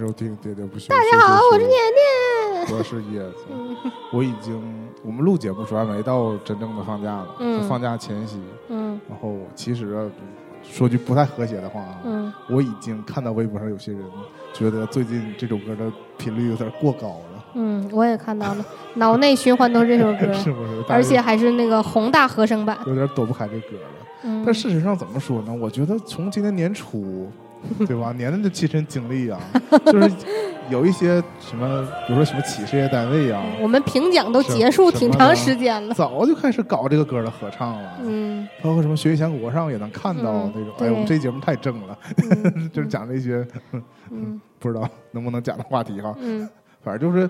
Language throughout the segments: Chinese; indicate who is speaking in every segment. Speaker 1: 收听《喋喋不休》。
Speaker 2: 大家好，我是念念。
Speaker 1: 我是叶子，我已经我们录节目时候还没到真正的放假呢，
Speaker 2: 嗯
Speaker 1: 就放假前夕。
Speaker 2: 嗯
Speaker 1: 然后其实啊说句不太和谐的话啊，
Speaker 2: 嗯，
Speaker 1: 我已经看到微博上有些人觉得最近这首歌的频率有点过高了，
Speaker 2: 嗯，我也看到了，脑内循环都是这首
Speaker 1: 是
Speaker 2: 歌，
Speaker 1: 不是？大家
Speaker 2: 而且还是那个宏大和声版。
Speaker 1: 有点躲不开这歌了。
Speaker 2: 嗯
Speaker 1: 但，事实上怎么说呢？我觉得从今年年初，对吧？年年的亲身经历啊，就是有一些什么，比如说什么企事业单位啊，
Speaker 2: 嗯我们评奖都
Speaker 1: 是
Speaker 2: 结束
Speaker 1: 什
Speaker 2: 挺
Speaker 1: 么
Speaker 2: 长
Speaker 1: 的
Speaker 2: 时间 了。
Speaker 1: 早就开始搞这个歌的合唱了，
Speaker 2: 嗯，
Speaker 1: 包括什么《学习强国》上也能看到
Speaker 2: 嗯
Speaker 1: 那种。
Speaker 2: 对
Speaker 1: 哎，我们这节目太正了，
Speaker 2: 嗯
Speaker 1: 就是讲这些
Speaker 2: 嗯
Speaker 1: 不知道能不能讲的话题哈。
Speaker 2: 嗯，
Speaker 1: 反正就是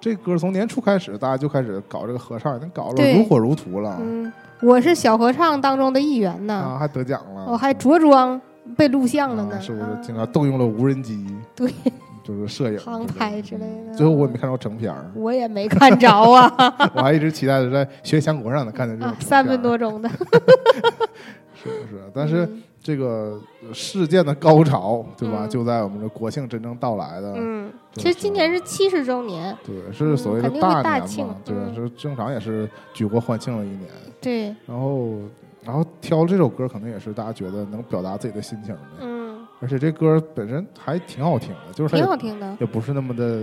Speaker 1: 这歌从年初开始，大家就开始搞这个合唱，已经搞了
Speaker 2: 对
Speaker 1: 如火如荼了
Speaker 2: 嗯，我是小合唱当中的一员呢，
Speaker 1: 啊，还得奖了，
Speaker 2: 我哦还着装被录像了
Speaker 1: 啊
Speaker 2: 呢，
Speaker 1: 是不
Speaker 2: 啊
Speaker 1: 是？经常动用了无人机，
Speaker 2: 对，
Speaker 1: 就是摄影
Speaker 2: 航拍之类的，
Speaker 1: 最后我也没看着成片儿
Speaker 2: 我也没看着 啊，
Speaker 1: 我还一直期待着在《学习强国》上能看见这种
Speaker 2: 啊
Speaker 1: 成片儿
Speaker 2: 三分，多钟的。
Speaker 1: 是不是？但是
Speaker 2: 嗯
Speaker 1: 这个呃事件的高潮，对吧？
Speaker 2: 嗯
Speaker 1: 就在我们的国庆真正到来的，
Speaker 2: 嗯，
Speaker 1: 这
Speaker 2: 其实
Speaker 1: 是
Speaker 2: 今年是七十周年，
Speaker 1: 对，是所谓的
Speaker 2: 肯定会
Speaker 1: 大
Speaker 2: 大
Speaker 1: 年
Speaker 2: 庆
Speaker 1: 嘛，对，
Speaker 2: 嗯
Speaker 1: 是正常也是举国欢庆了一年，
Speaker 2: 对，
Speaker 1: 然后。然后挑这首歌，可能也是大家觉得能表达自己的心情的，
Speaker 2: 嗯，
Speaker 1: 而且这歌本身还挺好听的，就是它
Speaker 2: 挺
Speaker 1: 也
Speaker 2: 好听的，
Speaker 1: 也不是那么的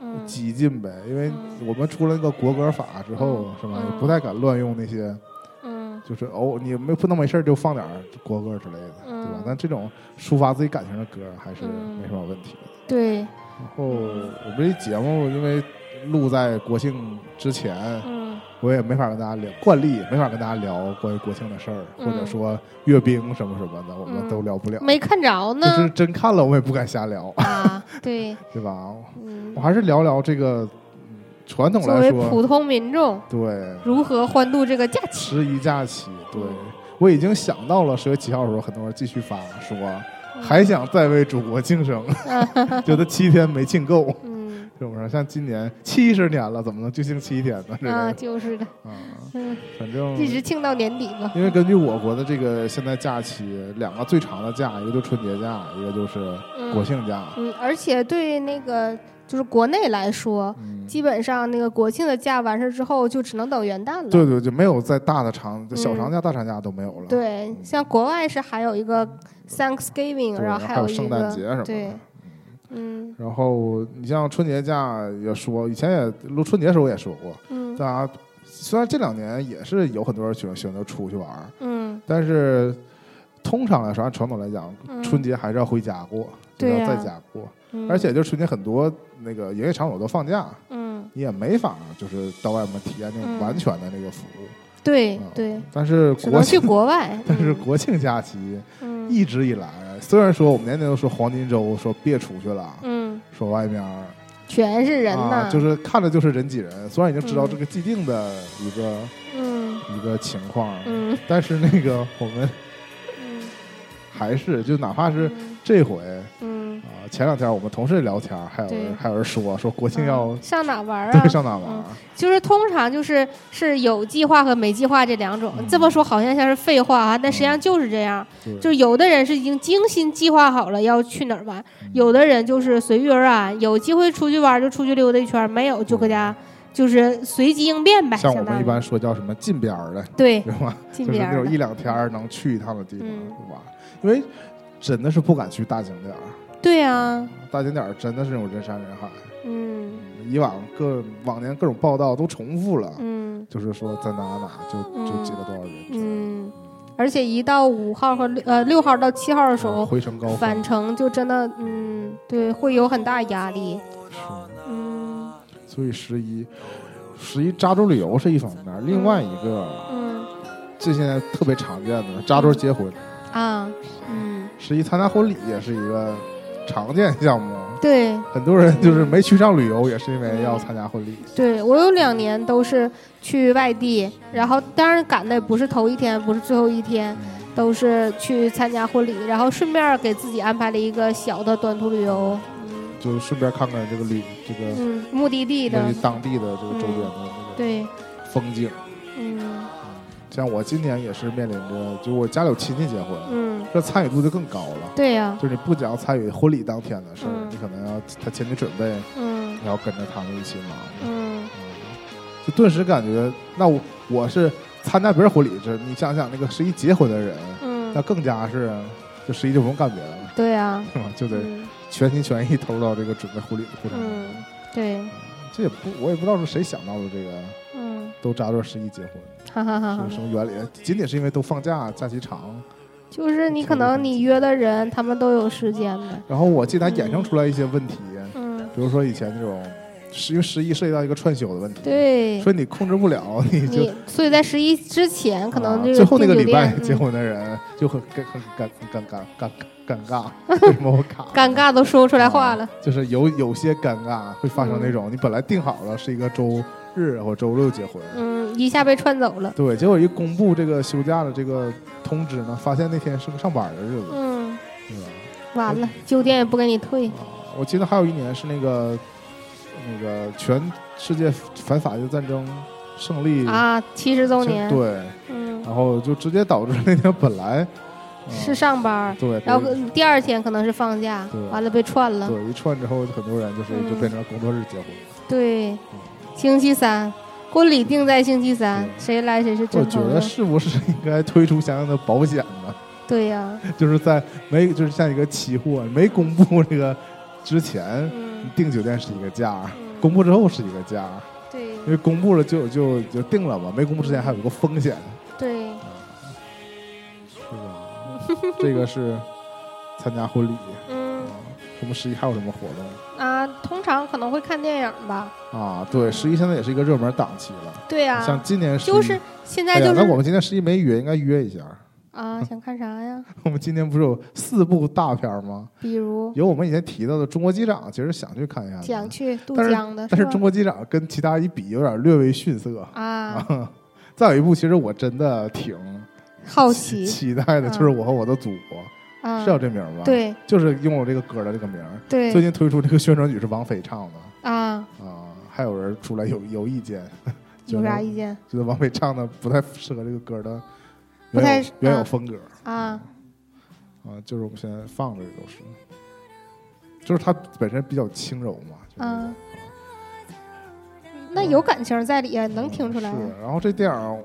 Speaker 2: 嗯
Speaker 1: 激进呗，因为
Speaker 2: 嗯
Speaker 1: 我们出了那个国歌法之后，
Speaker 2: 嗯
Speaker 1: 是吧，
Speaker 2: 嗯
Speaker 1: 也不太敢乱用那些，
Speaker 2: 嗯
Speaker 1: 就是哦，你没不能没事儿就放点儿国歌之类的，
Speaker 2: 嗯
Speaker 1: 对吧？但这种抒发自己感情的歌还是
Speaker 2: 嗯
Speaker 1: 没什么问题的。
Speaker 2: 对，
Speaker 1: 然后我们这节目因为录在国庆之前，
Speaker 2: 嗯
Speaker 1: 我也没法跟大家聊惯例，没法跟大家聊关于国庆的事儿，
Speaker 2: 嗯
Speaker 1: 或者说阅兵什么什么的，我们
Speaker 2: 嗯
Speaker 1: 都聊不了。
Speaker 2: 没看着呢
Speaker 1: 就是真看了，我也不敢瞎聊，
Speaker 2: 啊，对，
Speaker 1: 对吧？
Speaker 2: 嗯
Speaker 1: 我，还是聊聊这个嗯传统
Speaker 2: 作
Speaker 1: 来
Speaker 2: 为
Speaker 1: 说，
Speaker 2: 普通民众
Speaker 1: 对
Speaker 2: 如何欢度这个假期？
Speaker 1: 十一假期，对
Speaker 2: 嗯
Speaker 1: 我已经想到了十月七号的时候，很多人继续发说
Speaker 2: 嗯
Speaker 1: 还想再为祖国庆生， 觉得七天没庆够，
Speaker 2: 嗯
Speaker 1: 是不是？像今年七十年了，怎么能就庆七天呢？这
Speaker 2: 啊，
Speaker 1: 个
Speaker 2: 就是的，
Speaker 1: 啊，
Speaker 2: 嗯，
Speaker 1: 反正
Speaker 2: 一直庆到年底吧。
Speaker 1: 因为根据我国的这个现在假期，两个最长的假，一个就春节假，一个就是国
Speaker 2: 嗯
Speaker 1: 庆假，
Speaker 2: 嗯，而且对那个就是国内来说，
Speaker 1: 嗯。
Speaker 2: 基本上那个国庆的假完事之后，就只能等元旦了。
Speaker 1: 对对，就没有再大的长、小长假、大长假都没有了。
Speaker 2: 嗯对
Speaker 1: 嗯
Speaker 2: 像国外是还有一个 Thanksgiving，然
Speaker 1: 对，然
Speaker 2: 后
Speaker 1: 后
Speaker 2: 还
Speaker 1: 还有
Speaker 2: 一
Speaker 1: 圣诞节
Speaker 2: 个
Speaker 1: 什么的。
Speaker 2: 对，嗯
Speaker 1: 然后你像春节假也说，以前也录春节时候也说过，
Speaker 2: 嗯
Speaker 1: 大家虽然这两年也是有很多人选选择出去玩儿，
Speaker 2: 嗯
Speaker 1: 但是通常来说，按传统来讲，
Speaker 2: 嗯，
Speaker 1: 春节还是要回家过，就
Speaker 2: 对
Speaker 1: 要
Speaker 2: 呀
Speaker 1: 在家过。
Speaker 2: 嗯
Speaker 1: 而且就春节很多那个营业场所都放假，
Speaker 2: 嗯，
Speaker 1: 你也没法就是到外面体验那种
Speaker 2: 嗯
Speaker 1: 完全的那个服务。
Speaker 2: 对
Speaker 1: 啊
Speaker 2: 对，
Speaker 1: 但是
Speaker 2: 嗯只
Speaker 1: 国
Speaker 2: 能去
Speaker 1: 庆，
Speaker 2: 国外。
Speaker 1: 但是
Speaker 2: 嗯
Speaker 1: 国庆假期
Speaker 2: 嗯
Speaker 1: 一直以来，虽然说我们年年都说黄金周，说别出去了，
Speaker 2: 嗯，
Speaker 1: 说外面儿。
Speaker 2: 全是人
Speaker 1: 啊，
Speaker 2: 呐，
Speaker 1: 就是看着就是人挤人，虽然已经知道
Speaker 2: 嗯
Speaker 1: 这个既定的一个、
Speaker 2: 嗯
Speaker 1: 一个情况，
Speaker 2: 嗯
Speaker 1: 但是那个我们
Speaker 2: 嗯，
Speaker 1: 还是就哪怕是
Speaker 2: 嗯
Speaker 1: 这回
Speaker 2: 嗯
Speaker 1: 啊，前两天我们同事聊天，还有
Speaker 2: 对
Speaker 1: 人还有人说说国庆要、
Speaker 2: 嗯上哪玩儿啊
Speaker 1: 对？上哪玩儿，
Speaker 2: 就是通常就是是有计划和没计划这两种。
Speaker 1: 嗯
Speaker 2: 这么说好像像是废话啊，但实际上就是这样。
Speaker 1: 对嗯
Speaker 2: 就是有的人是已经精心计划好了要去哪儿玩，
Speaker 1: 嗯
Speaker 2: 有的人就是随遇而安，有机会出去玩就出去溜达一圈，没有就搁家就是随机应变呗。
Speaker 1: 嗯像我
Speaker 2: 相当
Speaker 1: 们
Speaker 2: 于
Speaker 1: 一般说叫什么近边儿的，
Speaker 2: 对
Speaker 1: 对吧？
Speaker 2: 近
Speaker 1: 就是
Speaker 2: 边
Speaker 1: 那
Speaker 2: 儿
Speaker 1: 种一
Speaker 2: 的，
Speaker 1: 两天儿能去一趟的地方，
Speaker 2: 嗯
Speaker 1: 对吧？因为真的是不敢去大景点儿，
Speaker 2: 对啊，
Speaker 1: 大景点儿真的是那种人山人海。
Speaker 2: 嗯
Speaker 1: 以往各往年各种报道都重复了，
Speaker 2: 嗯
Speaker 1: 就是说在哪哪哪就就挤了多少人，
Speaker 2: 嗯，而且一到五号和六呃六号到七号的时
Speaker 1: 然后
Speaker 2: 候，
Speaker 1: 啊回升高
Speaker 2: 返
Speaker 1: 峰，
Speaker 2: 程就真的嗯对会有很大压力，
Speaker 1: 是
Speaker 2: 嗯
Speaker 1: 所以十一，十一扎州旅游是一方面，另外一个
Speaker 2: 嗯
Speaker 1: 这现在特别常见的扎州结婚，
Speaker 2: 啊嗯
Speaker 1: 十一参加婚礼也是一个常见项目，
Speaker 2: 对。
Speaker 1: 很多人就是没去上旅游，也是因为要参加婚礼，
Speaker 2: 对我有两年都是去外地，然后当然赶的也不是头一天，不是最后一天，
Speaker 1: 嗯
Speaker 2: 都是去参加婚礼，然后顺便给自己安排了一个小的短途旅游，
Speaker 1: 就顺便看看这个旅这个
Speaker 2: 嗯，目的地
Speaker 1: 那
Speaker 2: 的
Speaker 1: 个，当地的这个周边的那个
Speaker 2: 对，
Speaker 1: 风景。
Speaker 2: 嗯，
Speaker 1: 像我今年也是面临着，就我家里有亲戚结婚，
Speaker 2: 嗯，
Speaker 1: 这参与度就更高了。
Speaker 2: 对呀，
Speaker 1: 就是你不仅要参与婚礼当天的事儿，
Speaker 2: 嗯
Speaker 1: 你可能要他前期准备，
Speaker 2: 嗯
Speaker 1: 你要跟着他们一起忙。
Speaker 2: 嗯，
Speaker 1: 嗯就顿时感觉，那我我是参加别人婚礼这，你想想那个十一结婚的人，那
Speaker 2: 嗯，
Speaker 1: 更加是，就十一就不用干别的了，
Speaker 2: 对呀，
Speaker 1: 是吧？就得
Speaker 2: 嗯
Speaker 1: 全心全意投入到这个准备婚礼的过程当中
Speaker 2: 嗯。，对，
Speaker 1: 这也不，我也不知道是谁想到的这个，
Speaker 2: 嗯，
Speaker 1: 都扎着十一结婚，
Speaker 2: 哈哈哈
Speaker 1: 是
Speaker 2: 哈
Speaker 1: 个。什么原理？仅仅是因为都放假，假期长。
Speaker 2: 就是你可能你约的人，他们都有时间的。
Speaker 1: 然后我记得还衍生出来一些问题，
Speaker 2: 嗯，
Speaker 1: 比如说以前这种，十因为十一涉及到一个串休的问题，，
Speaker 2: 对。
Speaker 1: 说你控制不了，你就
Speaker 2: 你所以在十一之前，可能
Speaker 1: 啊
Speaker 2: 这
Speaker 1: 最后那个
Speaker 2: 订酒
Speaker 1: 礼拜
Speaker 2: 店嗯
Speaker 1: 结婚的人就很尴很尴尴尴尴尴尬，为 什么我卡了？啊
Speaker 2: 嗯尴尬都说不出来话了。嗯
Speaker 1: 就是有有些尴尬会发生那种，你本来定好了是一个周日或周六结婚，
Speaker 2: 嗯，一下被串走了。
Speaker 1: 对，结果一公布这个休假的这个通知呢，发现那天是个上班的日子，
Speaker 2: 嗯，
Speaker 1: 对吧？
Speaker 2: 完了，酒店也不给你退。
Speaker 1: 啊，我记得还有一年是那个那个全世界反法西斯战争胜利
Speaker 2: 啊，七十周
Speaker 1: 就
Speaker 2: 年，
Speaker 1: 嗯对，
Speaker 2: 嗯，
Speaker 1: 然后就直接导致那天本来、啊
Speaker 2: 是上班儿，
Speaker 1: 对，
Speaker 2: 然后
Speaker 1: 对
Speaker 2: 第二天可能是放假
Speaker 1: 对，
Speaker 2: 完了被串了。
Speaker 1: 对一串之后，很多人就是
Speaker 2: 嗯
Speaker 1: 就变成工作日结婚。
Speaker 2: 对，星期三，婚礼定在星期三，
Speaker 1: 对
Speaker 2: 谁来谁是
Speaker 1: 我
Speaker 2: 真
Speaker 1: 觉
Speaker 2: 朋友
Speaker 1: 得。是不是应该推出相应的保险呢？
Speaker 2: 对呀，
Speaker 1: 就是在没就是像一个期货没公布这个之前，
Speaker 2: 嗯，
Speaker 1: 订酒店是一个价，
Speaker 2: 嗯
Speaker 1: 公布之后是一个价，
Speaker 2: 对
Speaker 1: 因为公布了就就就定了嘛，没公布之前还有个 风险。
Speaker 2: 对，
Speaker 1: 是吧？这个是参加婚礼，
Speaker 2: 嗯
Speaker 1: 我们十一还有什么活动
Speaker 2: 啊，通常可能会看电影吧。
Speaker 1: 啊？对，十一现在也是一个热门档期了，
Speaker 2: 对呀，
Speaker 1: 像今年11
Speaker 2: 啊就是现
Speaker 1: 哎
Speaker 2: 在
Speaker 1: 呀
Speaker 2: 就，
Speaker 1: 那我
Speaker 2: 是
Speaker 1: 们今年十一没约，应该约一下。
Speaker 2: 啊，想看啥呀？
Speaker 1: 我们今年不是有四部大片儿吗？
Speaker 2: 比 如
Speaker 1: 有我们以前提到的《中国机长》，其实想去看一下的，
Speaker 2: 想去渡
Speaker 1: 但是
Speaker 2: 江的，
Speaker 1: 但是《
Speaker 2: 吧
Speaker 1: 中国机长》跟其他一比，有点略微逊色。
Speaker 2: 啊，
Speaker 1: 再有一部，其实我真的挺
Speaker 2: 好奇
Speaker 1: 期待的，
Speaker 2: 嗯
Speaker 1: 就是《我和我的祖国》，
Speaker 2: 啊，
Speaker 1: 是叫这名儿吧？，
Speaker 2: 对
Speaker 1: 就是用我这个歌的这个名儿。最
Speaker 2: 对
Speaker 1: 近推出这个宣传曲是王菲唱的。
Speaker 2: 啊，
Speaker 1: 啊，还有人出来有有意见，
Speaker 2: 有啥意见
Speaker 1: 觉得王菲唱的不太适合这个歌的
Speaker 2: 不太
Speaker 1: 原有原有
Speaker 2: 啊
Speaker 1: 风格
Speaker 2: 啊？
Speaker 1: 啊，就是我们现在放的这都是，就是它本身比较轻柔嘛，就那种
Speaker 2: 啊那有感情在里啊，能听出来
Speaker 1: 是
Speaker 2: 啊。，
Speaker 1: 然后这电影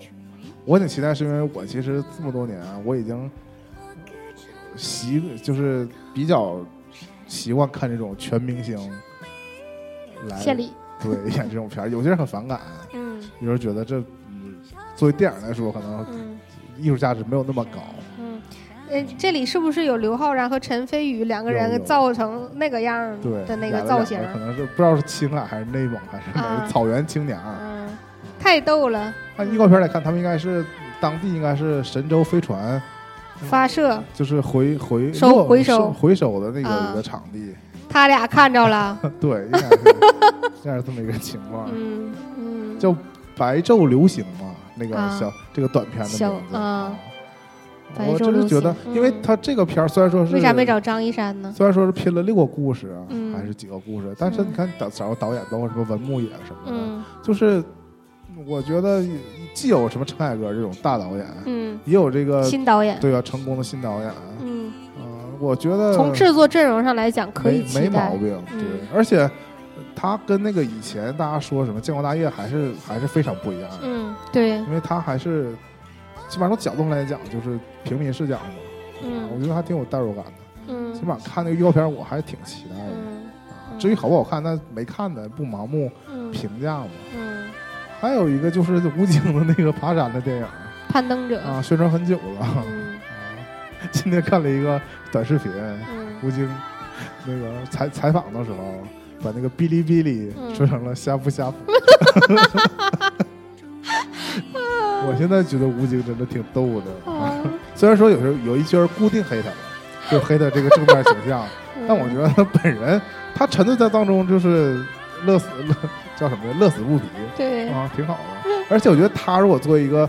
Speaker 1: 我挺期待，是因为我其实这么多年啊我已经习就是比较习惯看这种全明星来
Speaker 2: 谢礼，
Speaker 1: 对演这种片儿，有些人很反感。
Speaker 2: 嗯
Speaker 1: 有时候觉得这，嗯，作为电影来说，可能
Speaker 2: 嗯
Speaker 1: 艺术价值没有那么高。
Speaker 2: 嗯，呃，这里是不是有刘昊然和陈飞宇两个
Speaker 1: 有
Speaker 2: 人
Speaker 1: 有
Speaker 2: 造成那个样儿
Speaker 1: 对
Speaker 2: 的那
Speaker 1: 俩
Speaker 2: 个
Speaker 1: 人
Speaker 2: 造型儿？
Speaker 1: 可能是不知道是青海还是内蒙还是哪
Speaker 2: 啊
Speaker 1: 个草原青年儿。
Speaker 2: 嗯，太逗了，
Speaker 1: 按预告片来看，他们应该是当地应该是神舟飞船，
Speaker 2: 发射，
Speaker 1: 就是回回
Speaker 2: 收
Speaker 1: 落
Speaker 2: 回收
Speaker 1: 收回收的那个
Speaker 2: 啊
Speaker 1: 一个场地。
Speaker 2: 他俩看着了。
Speaker 1: 对，应该是 应该是这么一个情况。
Speaker 2: 嗯嗯，
Speaker 1: 叫《白昼流星》嘛，那个
Speaker 2: 啊
Speaker 1: 小、这个短片的
Speaker 2: 小
Speaker 1: 名字。
Speaker 2: 啊白
Speaker 1: 我
Speaker 2: 昼
Speaker 1: 真是
Speaker 2: 流
Speaker 1: 觉得，
Speaker 2: 星
Speaker 1: 因为
Speaker 2: 嗯
Speaker 1: 它这个片儿虽然说是
Speaker 2: 为啥没找张一山呢？
Speaker 1: 虽然说是拼了六个故事啊，
Speaker 2: 嗯
Speaker 1: 还是几个故事，但是
Speaker 2: 嗯
Speaker 1: 你看导找导演，包括什么文牧野什么的，
Speaker 2: 嗯
Speaker 1: 就是我觉得既有什么陈凯歌这种大导演，
Speaker 2: 嗯，
Speaker 1: 也有这个
Speaker 2: 新导演，
Speaker 1: 对啊成功的新导演，
Speaker 2: 嗯，
Speaker 1: 嗯，我觉得
Speaker 2: 从制作阵容上来讲可以
Speaker 1: 没没
Speaker 2: 期
Speaker 1: 毛
Speaker 2: 待。
Speaker 1: 病，
Speaker 2: 嗯
Speaker 1: 对，而且他跟那个以前大家说什么建国大业还是还是非常不一样的，
Speaker 2: 嗯，对，
Speaker 1: 因为他还是起码从角度上来讲就是平民视角嘛，我
Speaker 2: 嗯
Speaker 1: 觉得还挺有代入感的，
Speaker 2: 嗯
Speaker 1: 起码看那个预告片我还挺期待的。
Speaker 2: 嗯
Speaker 1: 至于好不好看，那没看的不盲目
Speaker 2: 嗯
Speaker 1: 评价嘛。
Speaker 2: 嗯，
Speaker 1: 还有一个就是吴京的那个爬山的电影
Speaker 2: 攀登者，
Speaker 1: 啊，宣传很久了。 啊
Speaker 2: 嗯
Speaker 1: 今天看了一个短视频，
Speaker 2: 嗯
Speaker 1: 吴京那个采采访的时候，把那个哔哩哔哩
Speaker 2: 嗯
Speaker 1: 说成了呷哺呷哺。我现在觉得吴京真的挺逗的，
Speaker 2: 啊，
Speaker 1: 虽然说有时候有一圈固定黑他的，就黑他这个正面形象。但我觉得他本人，他沉醉在当中就是乐死乐叫什么呀？乐此不疲
Speaker 2: 对，
Speaker 1: 啊，挺好的。而且我觉得他如果作为一个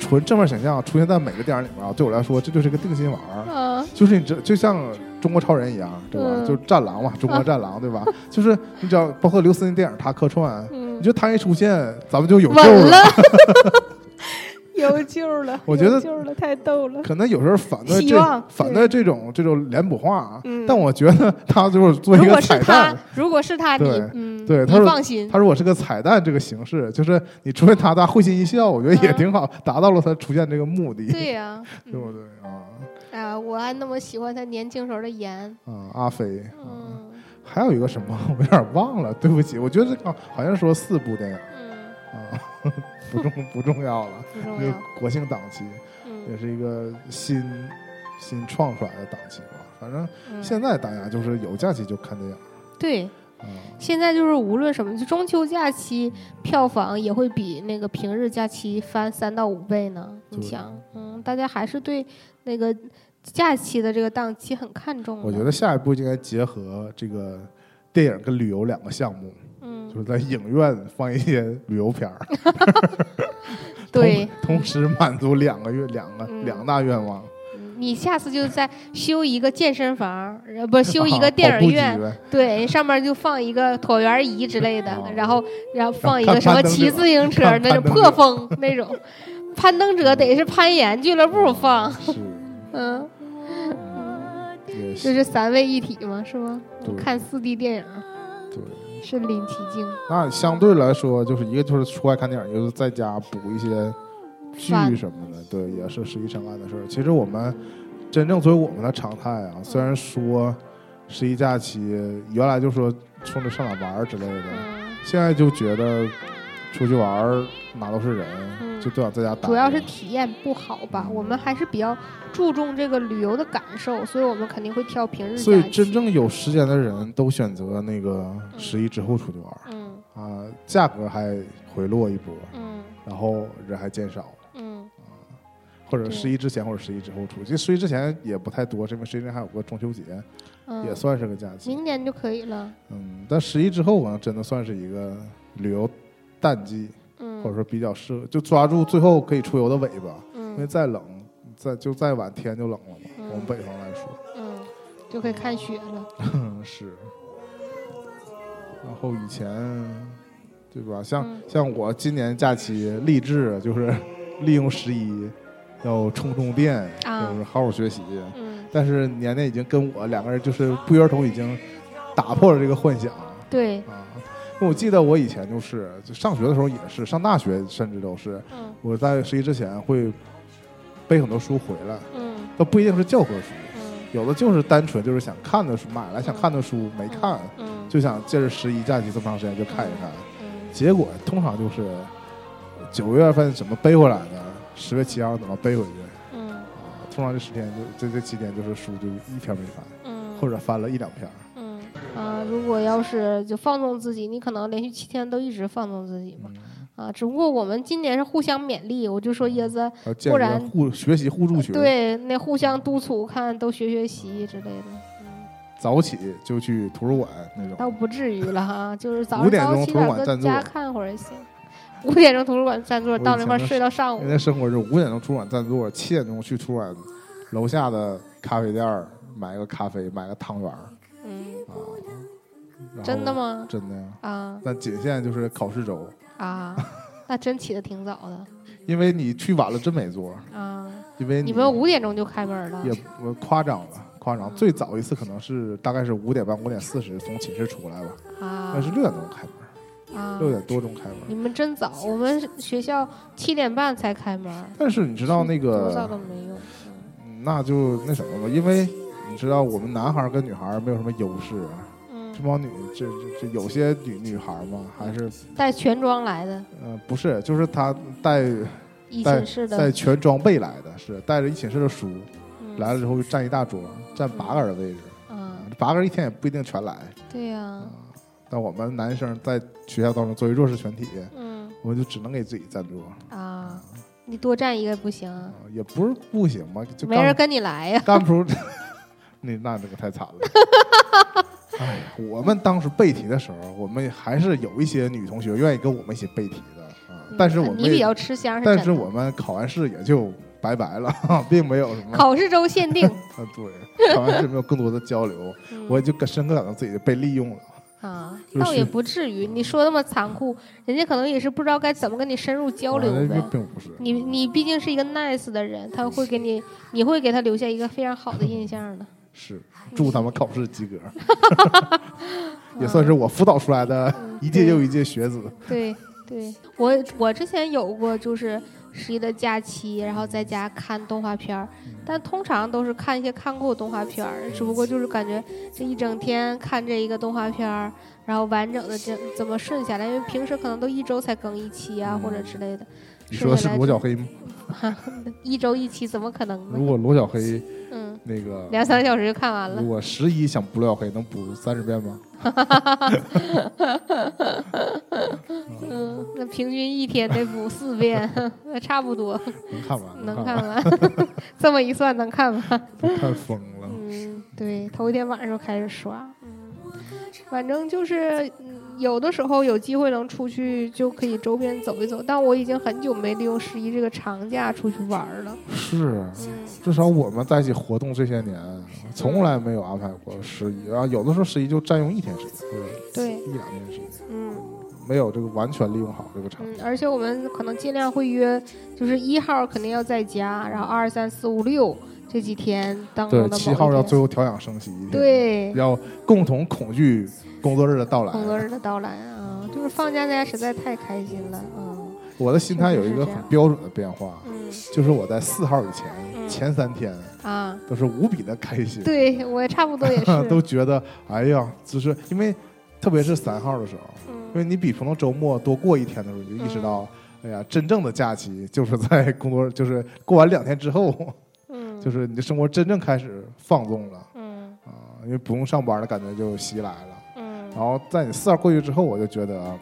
Speaker 1: 纯正面形象出现在每个电影里面啊，对我来说这就是个定心丸儿，
Speaker 2: 啊，
Speaker 1: 就是你这就像中国超人一样，对吧？
Speaker 2: 嗯
Speaker 1: 就战狼嘛，中国战狼，对吧？就是你只要包括刘思欣电影他客串，
Speaker 2: 嗯
Speaker 1: 你觉得他一出现，咱们就有救
Speaker 2: 稳了，有救了，
Speaker 1: 我觉得
Speaker 2: 有救了，太逗了。
Speaker 1: 可能有时候反对
Speaker 2: 希望
Speaker 1: 这反对这种这种脸谱化啊
Speaker 2: 嗯，
Speaker 1: 但我觉得他就是做一
Speaker 2: 如
Speaker 1: 个
Speaker 2: 果是
Speaker 1: 彩
Speaker 2: 他嗯
Speaker 1: 蛋。，
Speaker 2: 如果是他，你
Speaker 1: 对
Speaker 2: 嗯，
Speaker 1: 对他
Speaker 2: 你
Speaker 1: 说
Speaker 2: 放心，
Speaker 1: 他如果是个彩蛋这个形式，就是你除非他他会心一笑，我觉得也
Speaker 2: 嗯
Speaker 1: 挺好，达到了他出现这个目的，
Speaker 2: 对 呀、
Speaker 1: 对不
Speaker 2: 嗯
Speaker 1: 对啊？
Speaker 2: 啊，我还那么喜欢他年轻时候的颜，
Speaker 1: 啊，阿飞，啊
Speaker 2: 嗯
Speaker 1: 还有一个什么，我有点忘了，对不起，我觉得这个好像说四部电影
Speaker 2: 嗯，
Speaker 1: 啊， 不重不重要了，
Speaker 2: 不重
Speaker 1: 这个
Speaker 2: 要，
Speaker 1: 国庆档期也
Speaker 2: 嗯
Speaker 1: 是一个新新创出来的档期吧，反正
Speaker 2: 嗯，
Speaker 1: 现在大家就是有假期就看电影
Speaker 2: 对，
Speaker 1: 啊，
Speaker 2: 现在就是无论什么，就中秋假期票房也会比那个平日假期翻三到五倍呢。你
Speaker 1: 对
Speaker 2: 想，嗯，大家还是对那个假期的这个档期很看重的。
Speaker 1: 我觉，得下一步应该结合这个电影跟旅游两个项目，
Speaker 2: 嗯
Speaker 1: 就，是在影院放一些旅游片儿，
Speaker 2: 对，
Speaker 1: 同，同时满足两个月两个
Speaker 2: 嗯
Speaker 1: 两大愿望，
Speaker 2: 你下次就再修一个健身房，呃， 不修一个
Speaker 1: 啊
Speaker 2: 电
Speaker 1: 跑
Speaker 2: 影
Speaker 1: 步机
Speaker 2: 院，
Speaker 1: 呗
Speaker 2: 对，上面就放一个椭圆仪之类的
Speaker 1: 啊，
Speaker 2: 然后然后放一个
Speaker 1: 看
Speaker 2: 什么
Speaker 1: 攀登
Speaker 2: 骑
Speaker 1: 者
Speaker 2: 自行车
Speaker 1: 看
Speaker 2: 那种
Speaker 1: 攀登
Speaker 2: 破
Speaker 1: 者
Speaker 2: 风那种，攀登者得是攀岩俱乐部放，
Speaker 1: 是，
Speaker 2: 嗯。
Speaker 1: 嗯
Speaker 2: 这
Speaker 1: 也行
Speaker 2: 是三位一体嘛，是吗？我
Speaker 1: 对
Speaker 2: 看四 D 电影
Speaker 1: 对。
Speaker 2: 身临其境，
Speaker 1: 那相对来说，就是一个就是出外看电影，一个就是在家补一些剧什么的，对，也是十一长安的事儿。其实我们真正作为我们的常态啊，虽然说十一假期原来就说冲着上哪玩儿之类的，
Speaker 2: 嗯，
Speaker 1: 现在就觉得出去玩儿哪都是人，
Speaker 2: 嗯
Speaker 1: 就都想在家待着。
Speaker 2: 主要是体验不好吧？我们还是比较注重这个旅游的感受，所以我们肯定会挑平日
Speaker 1: 所以
Speaker 2: 假期。
Speaker 1: 真正有时间的人都选择那个十一之后出去玩儿
Speaker 2: 嗯
Speaker 1: 啊，价格还回落一波，
Speaker 2: 嗯
Speaker 1: 然后人还减少。
Speaker 2: 嗯
Speaker 1: 或者
Speaker 2: 对
Speaker 1: 十一之前或者十一之后出。其实十一之前也不太多，是因为十一之前还有个中秋节，
Speaker 2: 嗯，
Speaker 1: 也算是个假期。
Speaker 2: 明年就可以了。
Speaker 1: 嗯，但十一之后可能真的算是一个旅游淡季，
Speaker 2: 嗯，
Speaker 1: 或者说比较适合，就抓住最后可以出游的尾巴，因为
Speaker 2: 嗯
Speaker 1: 再冷，再就再晚天就冷了嘛。
Speaker 2: 嗯
Speaker 1: 我们北方来说，
Speaker 2: 嗯，就可以看雪了。
Speaker 1: 嗯是。然后以前，对吧？像、
Speaker 2: 嗯
Speaker 1: 像我今年假期励志就是 利用十一。要充充电，
Speaker 2: 啊
Speaker 1: 就是好好学习。
Speaker 2: 嗯，
Speaker 1: 但是年年已经跟我两个人就是不约而同已经打破了这个幻想啊。
Speaker 2: 对，
Speaker 1: 因为我记得我以前就是就上学的时候也是，上大学甚至都是
Speaker 2: 嗯
Speaker 1: 我在十一之前会背很多书回来，
Speaker 2: 嗯
Speaker 1: 都不一定是教科书，
Speaker 2: 嗯
Speaker 1: 有的就是单纯就是想看的书，买来想看的书没看，
Speaker 2: 嗯
Speaker 1: 就想借着十一假期这么长时间就看一看。
Speaker 2: 嗯
Speaker 1: 结果通常就是九月份怎么背回来的，十月七号怎么背回去
Speaker 2: 嗯
Speaker 1: 啊？通常这十天就这这七天就是书就一篇没翻。
Speaker 2: 嗯，
Speaker 1: 或者翻了一两篇儿。
Speaker 2: 嗯啊，如果要是就放纵自己，你可能连续七天都一直放纵自己嘛。
Speaker 1: 嗯
Speaker 2: 啊，只不过我们今年是互相勉励，我就说椰子，
Speaker 1: 还有建
Speaker 2: 不
Speaker 1: 议
Speaker 2: 然呃
Speaker 1: 互学习互助学，
Speaker 2: 对，那互相督促，看都学学习之类的。嗯，
Speaker 1: 早起就去图书馆那
Speaker 2: 倒
Speaker 1: 种。
Speaker 2: 不至于了 哈，就是早
Speaker 1: 五
Speaker 2: 上
Speaker 1: 点
Speaker 2: 早
Speaker 1: 钟
Speaker 2: 起
Speaker 1: 图书
Speaker 2: 点
Speaker 1: 馆
Speaker 2: 搁
Speaker 1: 占
Speaker 2: 家
Speaker 1: 座
Speaker 2: 看会儿也行。五点钟图书馆占座，
Speaker 1: 我以
Speaker 2: 到那
Speaker 1: 前
Speaker 2: 块儿
Speaker 1: 的
Speaker 2: 睡到上
Speaker 1: 因
Speaker 2: 午
Speaker 1: 为。生活是五点钟图书馆占座，七点钟去图书馆楼下的咖啡店儿买个咖啡，买个汤圆儿
Speaker 2: 嗯，
Speaker 1: 啊。然后
Speaker 2: 真的？吗？
Speaker 1: 真的呀。
Speaker 2: 啊
Speaker 1: 但仅限就是考试周，
Speaker 2: 啊，那真起得挺早的
Speaker 1: 因为你去晚了真没座，
Speaker 2: 啊！
Speaker 1: 因为
Speaker 2: 你们五点钟就开门了
Speaker 1: 也我夸张了，夸张。最早一次可能是大概是五点半、五点四十从寝室出来吧，
Speaker 2: 啊
Speaker 1: 那是六点钟开门，
Speaker 2: 啊！
Speaker 1: 六点多钟开门。
Speaker 2: 你们真早，我们是学校七点半才开门儿，
Speaker 1: 但是你知道那
Speaker 2: 多早都
Speaker 1: 个，
Speaker 2: 没用。
Speaker 1: 嗯那就那什么吧，因为你知道我们男孩儿跟女孩儿没有什么优势，啊
Speaker 2: 嗯
Speaker 1: 这，帮女这这这有些女女孩儿嘛，还是
Speaker 2: 带全装来的，
Speaker 1: 呃不是，就是她带
Speaker 2: 一
Speaker 1: 带
Speaker 2: 寝室的
Speaker 1: 带全装备来的，是带着一寝室的书
Speaker 2: 嗯
Speaker 1: 来了之后就占一大桌，占八个人的位置，
Speaker 2: 啊
Speaker 1: 啊，这八个人一天也不一定全来。
Speaker 2: 对呀、
Speaker 1: 但我们男生在学校当中作为弱势群体，
Speaker 2: 嗯
Speaker 1: 我们就只能给自己占桌，
Speaker 2: 啊，你多占一个不行啊
Speaker 1: 啊，也不是不行吧，就
Speaker 2: 没人
Speaker 1: 干
Speaker 2: 跟你来 呀、
Speaker 1: 干不出，那那这个太 惨了。哎，我们当时背题的时候，我们还是有一些女同学愿意跟我们一起背题的啊，但是
Speaker 2: 嗯
Speaker 1: 我们
Speaker 2: 你比
Speaker 1: 也，
Speaker 2: 较吃香是真
Speaker 1: 但
Speaker 2: 的，
Speaker 1: 是我们考完试也就拜拜了，哈并没有什么啊，呃
Speaker 2: 考试周限 定，
Speaker 1: 对，考完试没有更多的交流，
Speaker 2: 嗯
Speaker 1: 我也就更深刻感到自己被利用了。
Speaker 2: 啊，
Speaker 1: 就是
Speaker 2: 倒也不至于。你说那么残酷，人家可能也是不知道该怎么跟你深入交流
Speaker 1: 啊那
Speaker 2: 呗
Speaker 1: 并。并不是
Speaker 2: 你你毕竟是一个 nice 的人，他会给 你，你会给他留下一个非常好的印象的。
Speaker 1: 是祝他们考试 及格， 也算是我辅导出来的
Speaker 2: 嗯
Speaker 1: 一届又一届学子。
Speaker 2: 对对，我我之前有过就是十一的假期，然后在家看动画片儿，
Speaker 1: 嗯
Speaker 2: 但通常都是看一些看过的动画片儿，只不过就是感觉这一整天看这一个动画片儿，然后完整的这怎么顺下来，因为平时可能都一周才更一期啊、或
Speaker 1: 嗯
Speaker 2: 者之类的，
Speaker 1: 你说的是罗小黑吗？
Speaker 2: 一周一期怎么可能
Speaker 1: 如
Speaker 2: 呢？
Speaker 1: 果罗小黑
Speaker 2: 嗯，
Speaker 1: 那个
Speaker 2: 两三个小时就看完了
Speaker 1: 如。果十一想补料黑，能补三十遍吗？
Speaker 2: 嗯，那平均一天得补四遍， 那差不多
Speaker 1: 能看完，
Speaker 2: 能
Speaker 1: 看
Speaker 2: 看完。 这么一算，能看完。
Speaker 1: 完，看疯了。
Speaker 2: 嗯，对，头一天晚上就开始刷。嗯，反正就是嗯有的时候有机会能出去，就可以周边走一走。但我已经很久没利用十一这个长假出去玩儿了。
Speaker 1: 是，
Speaker 2: 嗯，
Speaker 1: 至少我们在一起活动这些年，从来没有安排过十一，然后有的时候十一就占用一天时间，或者
Speaker 2: 对，
Speaker 1: 一两天时间，
Speaker 2: 嗯
Speaker 1: 没有这个完全利用好这个场
Speaker 2: 嗯，
Speaker 1: 景。
Speaker 2: 而且我们可能尽量会约，就是一号肯定要在家，然后二三四五六这几天当中
Speaker 1: 对，
Speaker 2: 的某一
Speaker 1: 七号要
Speaker 2: 天
Speaker 1: 最后调养生息一天，，
Speaker 2: 对
Speaker 1: 要共同恐惧工作日的到
Speaker 2: 工作
Speaker 1: 来。
Speaker 2: 日的到来啊，就是放假在家实在太开心了啊。
Speaker 1: 我的心态有一
Speaker 2: 确
Speaker 1: 个
Speaker 2: 实是这
Speaker 1: 很
Speaker 2: 样
Speaker 1: 标准的变化，
Speaker 2: 嗯
Speaker 1: 就是我在四号以前
Speaker 2: 嗯
Speaker 1: 前三天
Speaker 2: 啊，
Speaker 1: 都是无比的开心，
Speaker 2: 对我也差不多 也是。
Speaker 1: 都觉得哎呀，就是因为特别是三号的时候，因为
Speaker 2: 嗯
Speaker 1: 你比普通周末多过一天的时候，你就意识到，哎呀，真正的假期就是在工作，就是过完两天之后，
Speaker 2: 嗯，
Speaker 1: 就是你的生活真正开始放纵了
Speaker 2: 嗯
Speaker 1: 啊，因为不用上班的感觉就袭来了。然
Speaker 2: 嗯
Speaker 1: 后在你四号过去之后，我就觉得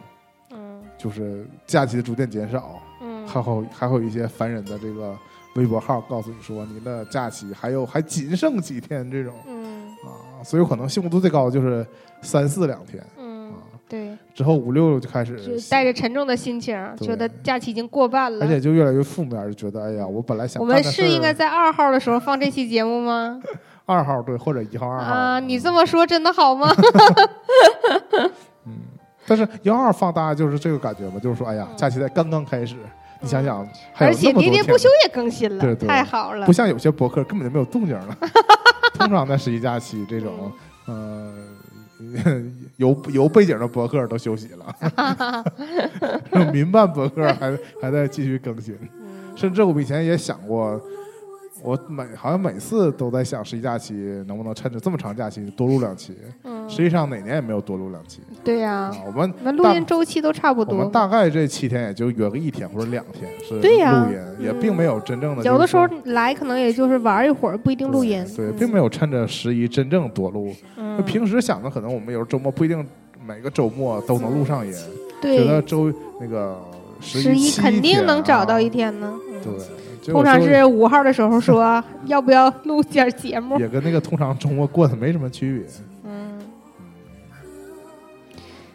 Speaker 2: 嗯
Speaker 1: 就是假期逐渐减少，
Speaker 2: 嗯，
Speaker 1: 还有还有一些烦人的这个微博号告诉你说您的假期还有还仅剩几天这种
Speaker 2: 嗯
Speaker 1: 啊，所以可能幸福度最高的就是三四两天啊
Speaker 2: 嗯，，对，
Speaker 1: 之后五六就开始
Speaker 2: 就带着沉重的心情，
Speaker 1: 对
Speaker 2: 觉得假期已经过半
Speaker 1: 而且
Speaker 2: 了。
Speaker 1: 就越来越负面，就觉得哎呀，我本来想
Speaker 2: 我
Speaker 1: 干
Speaker 2: 们
Speaker 1: 的事
Speaker 2: 是应该
Speaker 1: 儿，
Speaker 2: 在二号的时候放这期节目吗？
Speaker 1: 二号对或者一号二号
Speaker 2: 啊，你这么说真的好吗？
Speaker 1: 嗯，但是幺二放大就是这个感觉嘛，就是说哎呀，
Speaker 2: 嗯
Speaker 1: 假期才刚刚开始，你想想还有
Speaker 2: 而
Speaker 1: 那
Speaker 2: 且
Speaker 1: 么多
Speaker 2: 喋
Speaker 1: 天
Speaker 2: 喋
Speaker 1: 呢，
Speaker 2: 不休也更新了，
Speaker 1: 对对
Speaker 2: 太好了
Speaker 1: 不。像有些博客根本就没有动静了，通常在十一假期这种呃有有背景的博客都休息了， 民办博客还还在继续更新。
Speaker 2: 嗯
Speaker 1: 甚至我以前也想过，我每好像每次都在想十一假期能不能趁着这么长假期多录两期。
Speaker 2: 嗯，
Speaker 1: 实际上哪年也没有多录两期
Speaker 2: 对呀
Speaker 1: 啊，，我们
Speaker 2: 我们录音周期都差不
Speaker 1: 我们
Speaker 2: 多。
Speaker 1: 大概这七天也就约个一天或者两天是录
Speaker 2: 对呀
Speaker 1: 音，也并没有真正的
Speaker 2: 有的时候
Speaker 1: 就是
Speaker 2: 来可能也就是玩一会儿，不一定
Speaker 1: 说
Speaker 2: 录音。
Speaker 1: 对，并没有趁着十一真正多录。
Speaker 2: 嗯
Speaker 1: 那平时想的可能我们有时候周末不一定每个周末都能录上音，觉得
Speaker 2: 对
Speaker 1: 周那个
Speaker 2: 十
Speaker 1: 一
Speaker 2: 一
Speaker 1: 七
Speaker 2: 肯定
Speaker 1: 天
Speaker 2: 能找到
Speaker 1: 啊
Speaker 2: 一天呢。嗯
Speaker 1: 对，就
Speaker 2: 通常
Speaker 1: 就是
Speaker 2: 五号的时候 说要不要录点节目，
Speaker 1: 也跟那个通常周末过得没什么区别。
Speaker 2: 嗯，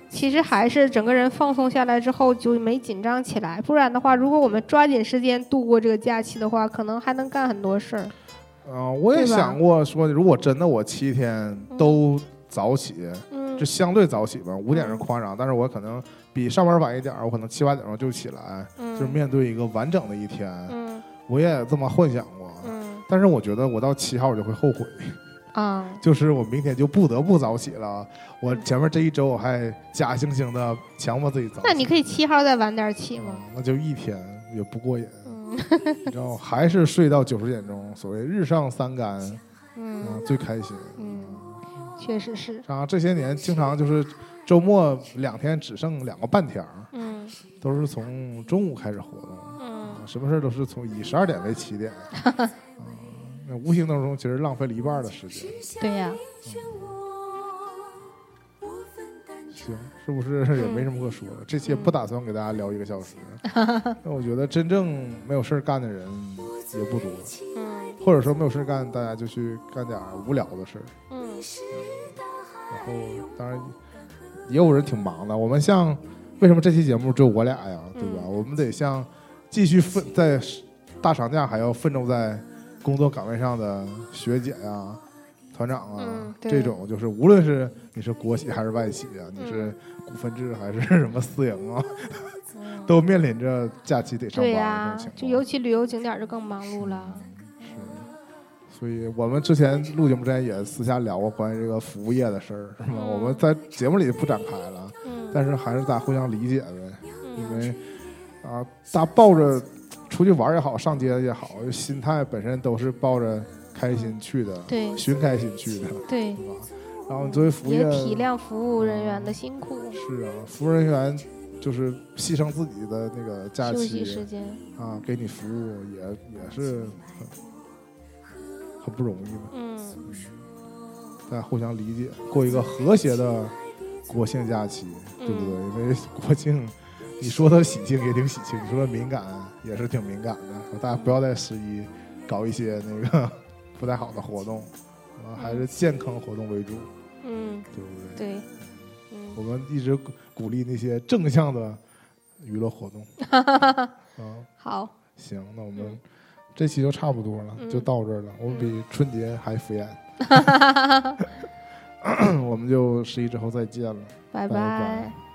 Speaker 2: 其实还是整个人放松下来之后就没紧张起来，不然的话，如果我们抓紧时间度过这个假期的话，可能还能干很多事儿。
Speaker 1: 嗯、我也
Speaker 2: 对吧
Speaker 1: 想过说，如果真的我七天都早起，
Speaker 2: 嗯
Speaker 1: 就相对早起吧，五点是夸张，但是我可能比上班晚一点儿，我可能七八点钟就起来，
Speaker 2: 嗯
Speaker 1: 就是面对一个完整的一天，
Speaker 2: 嗯
Speaker 1: 我也这么幻想过。
Speaker 2: 嗯
Speaker 1: 但是我觉得我到七号我就会后悔，
Speaker 2: 啊
Speaker 1: 就是我明天就不得不早起了。我前面这一周我还假惺惺的强迫自己早起，
Speaker 2: 那你可以七号再晚点起
Speaker 1: 嗯
Speaker 2: 吗？
Speaker 1: 那就一天也不过瘾，
Speaker 2: 嗯
Speaker 1: 你知道吗，还是睡到九十点钟，所谓日上三竿，啊
Speaker 2: 嗯，
Speaker 1: 最开心。
Speaker 2: 嗯，确实是，
Speaker 1: 然后这些年经常就是周末两天只剩两个半天儿，
Speaker 2: 嗯
Speaker 1: 都是从中午开始活动，啊
Speaker 2: 嗯
Speaker 1: 什么事儿都是从以十二点为起 点，啊，那无形当中其实浪费了一半儿的时间。
Speaker 2: 对呀、
Speaker 1: 行，是不是也没什么可说的？这期也不打算给大家聊一个小时。那我觉得真正没有事儿干的人也不多，
Speaker 2: 嗯
Speaker 1: 或者说没有事儿干，大家就去干点儿无聊的事儿。
Speaker 2: 嗯
Speaker 1: 然后当然也有人挺忙的。我们像为什么这期节目只有我俩呀，对吧？
Speaker 2: 嗯
Speaker 1: 我们得像继续奋在大长假还要奋斗在工作岗位上的学姐呀、团长啊，
Speaker 2: 嗯对嗯
Speaker 1: 这种就是无论是你是国企还是外企啊，你是股份制还是什么私营啊，
Speaker 3: 嗯
Speaker 1: 都面临着假期得上
Speaker 2: 对
Speaker 1: 班
Speaker 2: 呀、
Speaker 1: 的这种
Speaker 2: 就
Speaker 1: 情
Speaker 2: 尤
Speaker 1: 况。
Speaker 2: 其旅游景点儿就更忙碌了。
Speaker 1: 是，所以我们之前录节目之前也私下聊过关于这个服务业的事儿，是
Speaker 2: 嗯
Speaker 1: 吧？我们在节目里不展开了，
Speaker 2: 嗯，
Speaker 1: 但是还是大家互相理解呗，因
Speaker 2: 嗯
Speaker 1: 为啊，大家抱着出去玩儿也好，上街也好，心态本身都是抱着开心去的，
Speaker 2: 对
Speaker 1: 寻开心去的，
Speaker 2: 对，
Speaker 1: 对吧？然后作为服务
Speaker 2: 也
Speaker 1: 业，
Speaker 2: 体谅嗯服务人员的辛苦，
Speaker 1: 是啊，服务人员就是牺牲自己的那个假
Speaker 2: 休息时
Speaker 1: 期
Speaker 2: 间，
Speaker 1: 啊，给你服务也也是很很不容易的，
Speaker 2: 嗯，
Speaker 1: 大家互相理解，过一个和谐的国庆假期，对不对？因为国庆，你说它喜庆也挺喜庆，你说它敏感也是挺敏感的，大家不要在十一搞一些那个 不太好的活动，啊，还是健康活动为主，
Speaker 2: 嗯，
Speaker 1: 对不对？
Speaker 2: 对，嗯，
Speaker 1: 我们一直鼓鼓励那些正向的娱乐活动。啊，
Speaker 2: 好，
Speaker 1: 行，那我
Speaker 2: 嗯
Speaker 1: 们这期就差不多了，
Speaker 2: 嗯
Speaker 1: 就到这儿了。我们比春节还敷 衍，我们就十一之后再见了，
Speaker 2: 拜
Speaker 1: 拜拜